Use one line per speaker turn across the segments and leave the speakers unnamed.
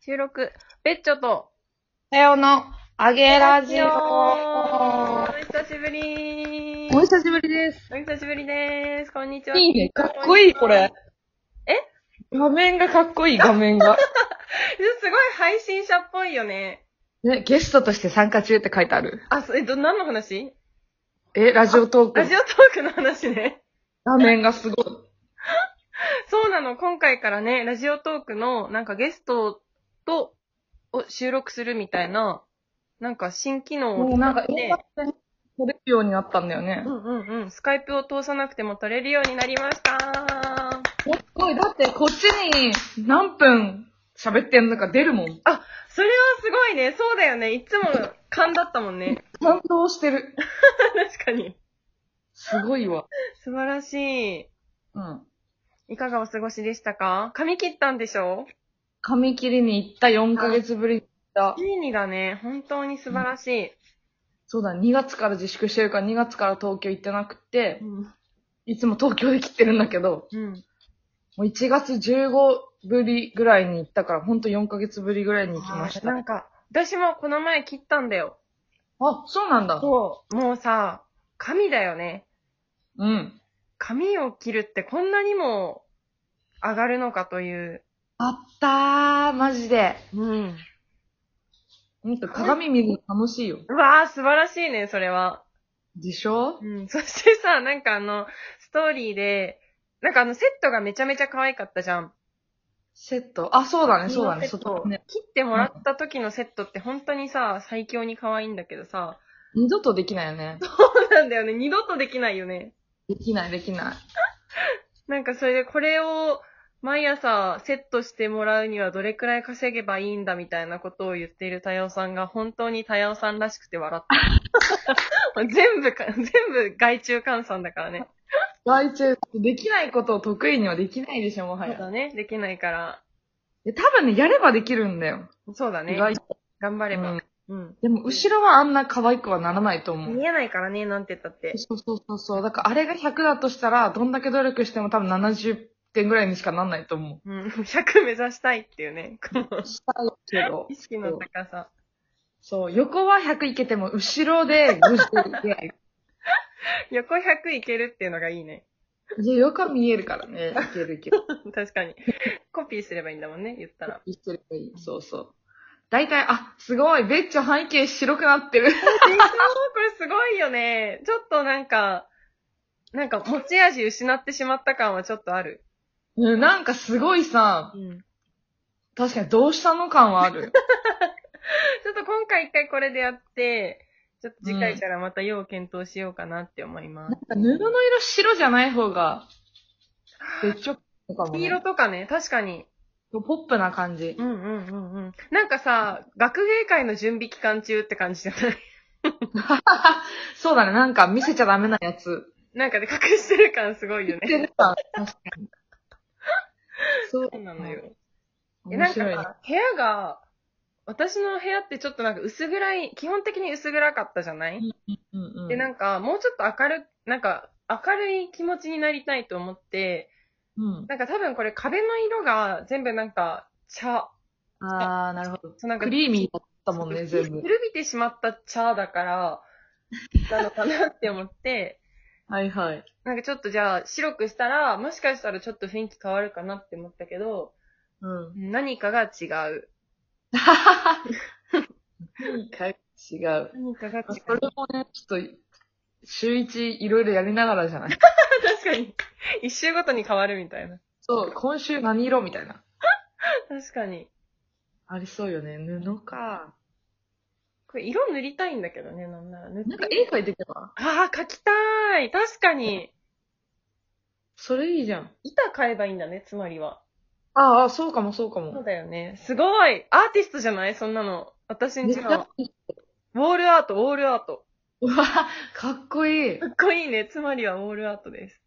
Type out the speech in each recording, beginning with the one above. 収録、ベッチョと、
さよの、あげラジ
お
オ。
久しぶり
お久しぶりです。
お久しぶりです。こんにちは。
いいね。かっこいい、これ。
え
画面がかっこいい、画面が。
すごい配信者っぽいよね。
ね、ゲストとして参加中って書いてある。
あ、そえ、ど、何の話
え、ラジオトー
ラジ
ク。
オトークの話ね。
画面がすごい。
そうなの、今回からね、ラジオトークの、なんかゲストと、を収録するみたいな、なんか新機能を使って、
なんか、映画に撮れるようになったんだよね
う。んうんうん。スカイプを通さなくても撮れるようになりました。
おすごい。だって、こっちに何分喋ってんのか出るもん。
それはすごいね。そうだよね。いつも勘だったもんね。
感動してる。
確かに。
すごいわ。
素晴らし
うん。
い。いかがお過ごしでしたか髪切ったんでしょ
髪切りに行った4ヶ月ぶりに行った。
ついにだね。本当に素晴らしい。
そうだ、2月から自粛してるから2月から東京行ってなくて、
うん。
いつも東京で切ってるんだけど、
うん。
もう1月15ぶりぐらいに行ったから、ほんと4ヶ月ぶりぐらいに行きました。
なん
あ
か、私もこの前切ったんだよ。
そうなんだ。
そう。もうさ、髪だよね。
うん。
髪を切るってこんなにも上がるのかという。
あったー、マジで。
うん。
なんか鏡見るの楽しいよ。
うわー、素晴らしいね、それは。
でしょ
うん、 そしてさ、なんかあの、ストーリーで、なんかあの、セットがめちゃめちゃ可愛かったじゃん。
セット。あ、そうだね、そうだね、
セッ
外
ト
だね。
切ってもらった時のセットって本当にさ、最強に可愛いんだけどさ、
二度とできないよね。
そうなんだよね。二度とできないよね。
できない、できない。
なんかそれでこれを、毎朝セットしてもらうにはどれくらい稼げばいいんだみたいなことを言っている太陽さんが本当に太陽さんらしくて笑った。 全部か、全部外注換算だからね。
外注、できないことを得意にはできないでしょ、もは
そう
や。
だね。できないから。
で多分ね、やればできるんだよ。
そうだ
意
ね。
外と
頑張れ
う
ば
ん。
うん。
でも、後ろはあんな可愛くはならないと思う。
見えないからね、なんて言ったって。
そうそうそうそう。だから、あれが100だとしたら、どんだけ努力しても多分70点ぐらいにしかなんないと思
うん、100目 指したいっていうね。この
う。したいけど
意識の高さ。
そう、横は100いけても、後ろで50ぐらい。
横100いけるっていうのがいいね。
いや、横は見えるからね。いけるいける。
確かに。コピーすればいいんだもんね、言った ら。
いけるいい。そうそう。大体、あ、すごい、ベッチョ背景白くなってる。
でしょこれすごいよね。ちょっとなんか、なんか持ち味失ってしまった感はちょっとある。
うんなんかすごいさ、
うん。
確かにどうしたの感はある。
ちょっと今回一回これでやって、ちょっと次
う
回
ん
からまた要検討しようかなって思います
なん。か布の色白じゃない方が、ベッチョっぽいかも、ね。
黄色とかね、確かに。
ポップな感じ。
うんうんうんうん。なんかさ、学芸会の準備期間中って感じじゃない
そうだね、なんか見せちゃダメなやつ。
なんかで隠してる感すごいよね。
てるか、確かに。そう
そうなのよ。。え、
面
なんか
白いね。
さ、部屋が、私の部屋ってちょっとなんか薄暗い、基本的に薄暗かったじゃない、
うんうん
で、なんか、もうちょっと明る、なんか、明るい気持ちになりたいと思って、
うん。
なんか多分これ壁の色が全部なんか、茶、
あー、なるほど。
そうなんか、
クリーミーだったもんね、全部。
古びてしまった茶だから、なのかなって思って、
はいはい。
なんかちょっとじゃあ白くしたら、もしかしたらちょっと雰囲気変わるかなって思ったけど、
うん。
何かが違う。
違う。
何かが違う。
それもね、ちょっと、週一いろいろやりながらじゃない。
確かに。一周ごとに変わるみたいな。
そう、今週何色みたいな。
確かに。
ありそうよね、布か。
これ色塗りたいんだけどね、なんなら。塗って
なんか絵描いてけば
ああ、描きたい確かに。
それいいじゃん。
板買えばいいんだね、つまりは。
あーあー、そうかもそうか
そう
も。
だよね。すごいアーティストじゃないそんなの。私ん
めっ
ち
ち
の
ゃ。
ウォールアート、ウォールアート。
うわ、かっこいい
か。っこいいね。つまりはウォールアートです。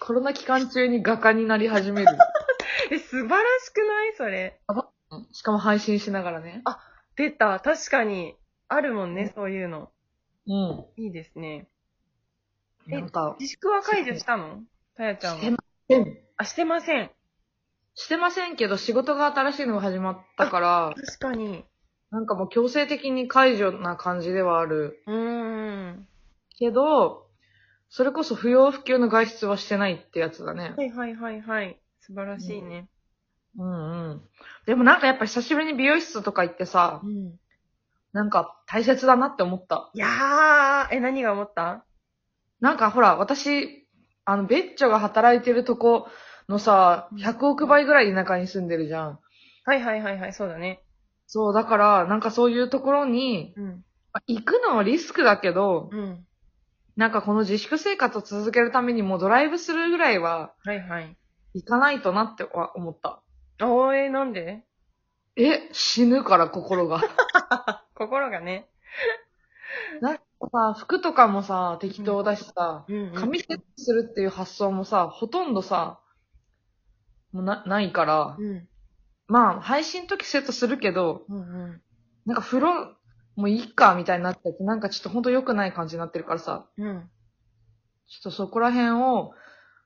コロナ期間中に画家になり始 める。
え、素晴らしくないそれ。
しかも配信しながらね。
出た。確かに。あるもんね、そういうの。
うん。
いいですね。え
なんか、
自粛は解除したのたやちゃんは。
してません
あ、してません。
してませんけど、仕事が新しいのが始まったから、
確かに。
なんかもう強制的に解除な感じではある。
うーん。
けど、それこそ不要不急の外出はしてないってやつだね。
はいはいはいはい。素晴らしいね。
うんうん。でもなんかやっぱ久しぶりに美容室とか行ってさ、
ん。
なんか大切だなって思った。
いやー、え、何が思った
なんかほら、私、あの、ベッチョが働いてるとこのさ、100億倍ぐらい田舎に住んでるじゃん。
はいはいはいはい、そうだね。
そう、だから、なんかそういうところに、
うん。
まあ行くのはリスクだけど、
うん。
なんかこの自粛生活を続けるためにもうドライブするぐらいは
はいはい。
行かないとなっては思った。
おーえー、なんで
え、死ぬから心が。
心がね。
さ、服とかもさ、適当だしさ、
うん
髪セットするっていう発想もさ、ほとんどさ、もうな、ないから、
うん。
まあ、配信の時セットするけど、
うんうん。
なんか風呂、もういいか、みたいになっちゃって、なんかちょっとほんと良くない感じになってるからさ、
うん。
ちょっとそこら辺を、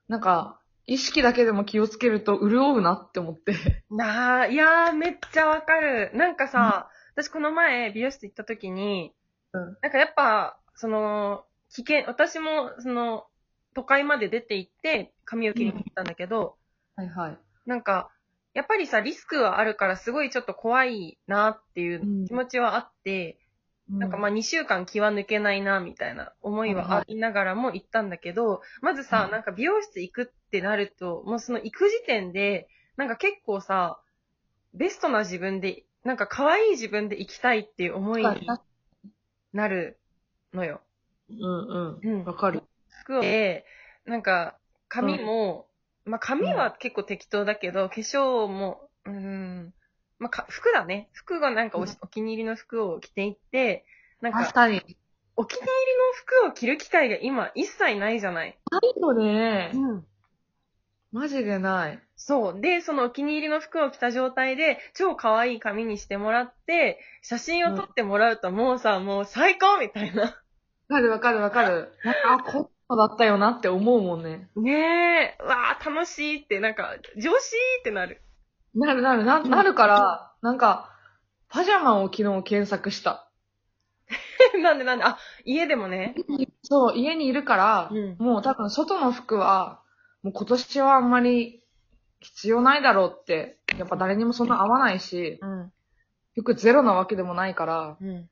なんか、意識だけでも気をつけると潤うなって思って。
なあ、いやー、めっちゃわかる。なんかさ、私この前、美容室行った時に、
うん
なんかやっぱ、その、危険、私も、その、都会まで出て行って、髪を切りに行ったんだけど、
はいはい。
なんか、やっぱりさ、リスクはあるから、すごいちょっと怖いなっていう気持ちはあって、なんかまあ2週間気は抜けないな、みたいな思いはありながらも行ったんだけど、まずさ
う、ん
なんか美容室行くってなると、もうその行く時点で、なんか結構さ、ベストな自分で、なんか可愛い自分で行きたいっていう思いになるのよ。
うん
う
うん。
ん
わ。かる。
服をで、なんか髪も、まあ髪は結構適当だけど、化粧も、うん、まあか服だね。服がなんかおしお気に入りの服を着ていって、なんか
確、かに。ない
お気に入りの服を着る機会が今一切ないじゃない。
よね。
ん。
マジでない。
そう。で、そのお気に入りの服を着た状態で、超可愛い髪にしてもらって、写真を撮ってもらうと、もうさ、もう最高みたいな。
わかるわかるわかる。なんか、あ、こんなのだったよなって思うもんね。
ねえ、わあ、楽しいって、なんか、上司ってなる。
なるなる、な、
うん
なるから、なんか、パジャマを昨日検索した。
なんでなんで、あ、家でもね。
そう、家にいるから、
うん
もう多分外の服は、もう今年はあんまり必要ないだろうって、やっぱ誰にもそんな合わないし、
うん。
服ゼロなわけでもないから、
うん。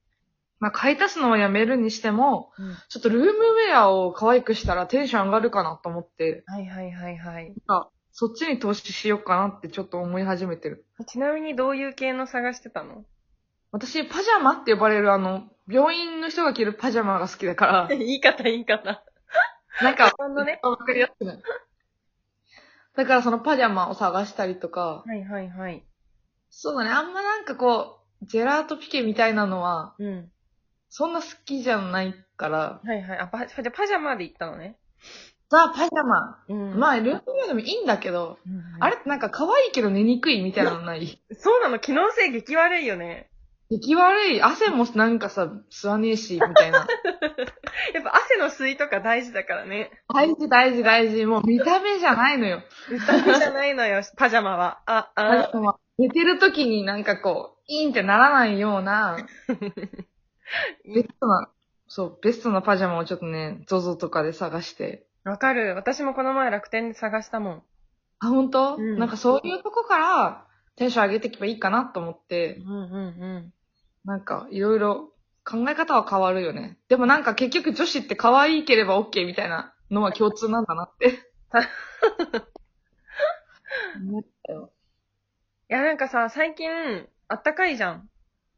まあ買い足すのはやめるにしても、ちょっとルームウェアを可愛くしたらテンション上がるかなと思って、
はいはいはいはい。
なんかそっちに投資しようかなってちょっと思い始めてる。
ちなみにどういう系の探してたの
私、パジャマって呼ばれるあの、病院の人が着るパジャマが好きだから、
言い方言い方。
なんか、
あのね。
わかりやすくない。だからそのパジャマを探したりとか、
はいはいはい。
そうだね、あんまなんかこう、ジェラートピケみたいなのは、
うん。
そんな好きじゃないから、
はいはい。あ、パじゃあパジャマで行ったのね。
ザ・パジャマ。
うん
まあ、ルームウェアでもいいんだけど、あ
あ
れ
れ
ってなんか可愛いけど寝にくいみたいなのない。
そうなの機能性激悪いよね。
出来悪い、汗もなんかさ、吸わねえし、みた いな。
やっぱ汗の吸いとか大事だからね。
大事大事大事、もう見た目じゃないのよ。
歌じゃないの よ、パジャマは。あ、
パジ
あ、
ャマ寝てる時になんかこう、イーンってならないような、ベストな、そう、ベストなパジャマをちょっとね、ZOZO とかで探して。
わかる。私もこの前楽天で探したもん。
あ、本当、
うん
なんかそういうとこからテンション上げていけばいいかなと思って
う、んうん
なんかいろいろ考え方は変わるよね。でもなんか結局女子って可愛いければ OK みたいなのは共通なんだなって。 思ったよ。
いや、なんかさ、最近、あったかいじゃん。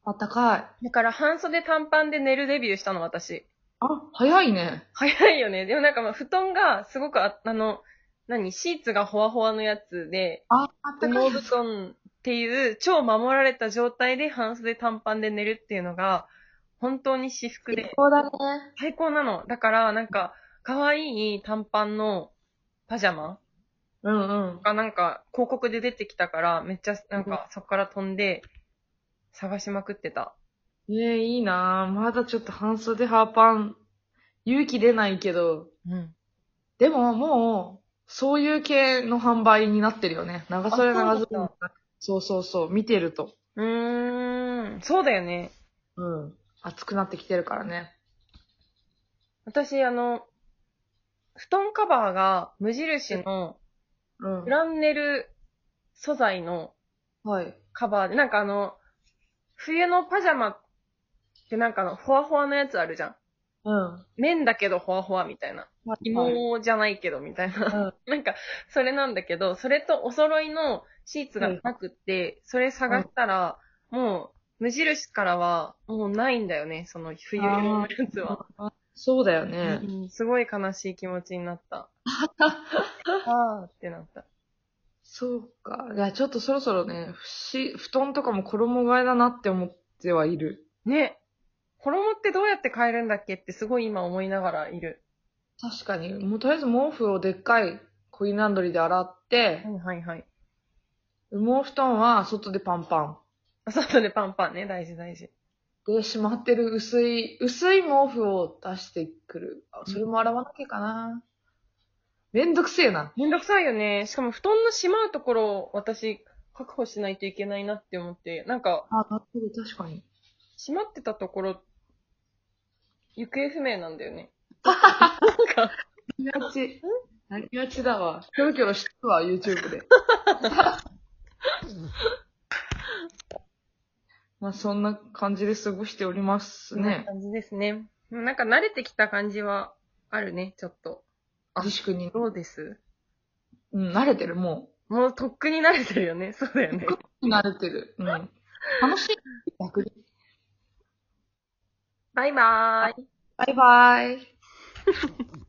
あったかい。
だから半袖短パンで寝るデビューしたの、私。
あ、早いね。
早いよね。でもなんかまあ、布団がすごくあ、あの、何シーツがホワホワのやつで、
あ、あっ
羽
た
毛
かい。
布団っていう超守られた状態で半袖短パンで寝るっていうのが本当に至福で
そうだね。
最高なの。だからなんか可愛い短パンのパジャマ
うんうん。
がなんか広告で出てきたからめっちゃなんかそこから飛んで探しまくってた。
ねえ、いいなぁ。まだちょっと半袖ハーパン、勇気出ないけど、
うん。
でももう、そういう系の販売になってるよね。長袖
あそうなんだ
長ズボン。そうそうそう、見てると。
うーん、そうだよね。
うん。暑くなってきてるからね。
私、あの、布団カバーが無印の
うん
フ。ランネル素材の
はい。
カバーで、なんかあの、冬のパジャマってなんかあの、ほわほわのやつあるじゃん。
うん。は
綿だけどほわほわみたいな。
い
紐じゃないけどみたいな。
うん
なんか、それなんだけど、それとお揃いのシーツがなくって、それ探したら、もう、無印からは、もうないんだよね、その冬用のやつは。
そうだよね。
うんすごい悲しい気持ちにな った。あーってなった。
そうか。いや、ちょっとそろそろね、ふし、布団とかも衣替えだなって思ってはいる。
ね。衣ってどうやって変えるんだっけってすごい今思いながらいる。
確かに。もうとりあえず毛布をでっかいコインランドリーで洗って
は、いはいはい。
羽毛布団は外でパンパン。
外でパンパンね、大事大事。
で、しまってる薄い、薄い毛布を出してくる。あそれも洗わなきゃかな。めんどくせえな。
めんどくさいよね。しかも布団のしまうところを私、確保しないといけないなって思って、なんか、
あ、なるほど、確かに。
しまってたところ、行方不明なんだ よね。なんか、
なりがち。なりがちだわ。キョロキョロしてるわ、YouTube で。 まあ、そんな感じで過ごしております
そんな
ね。
感じですね。うんなんか慣れてきた感じはあるね、ちょっと。
自粛に。
どうです
うん、慣れてる、も
もうとっくに慣れてるよね。そうだよね。
う。慣れてる。 うん。楽しい。逆に。
バイバーイ。
バイバイ。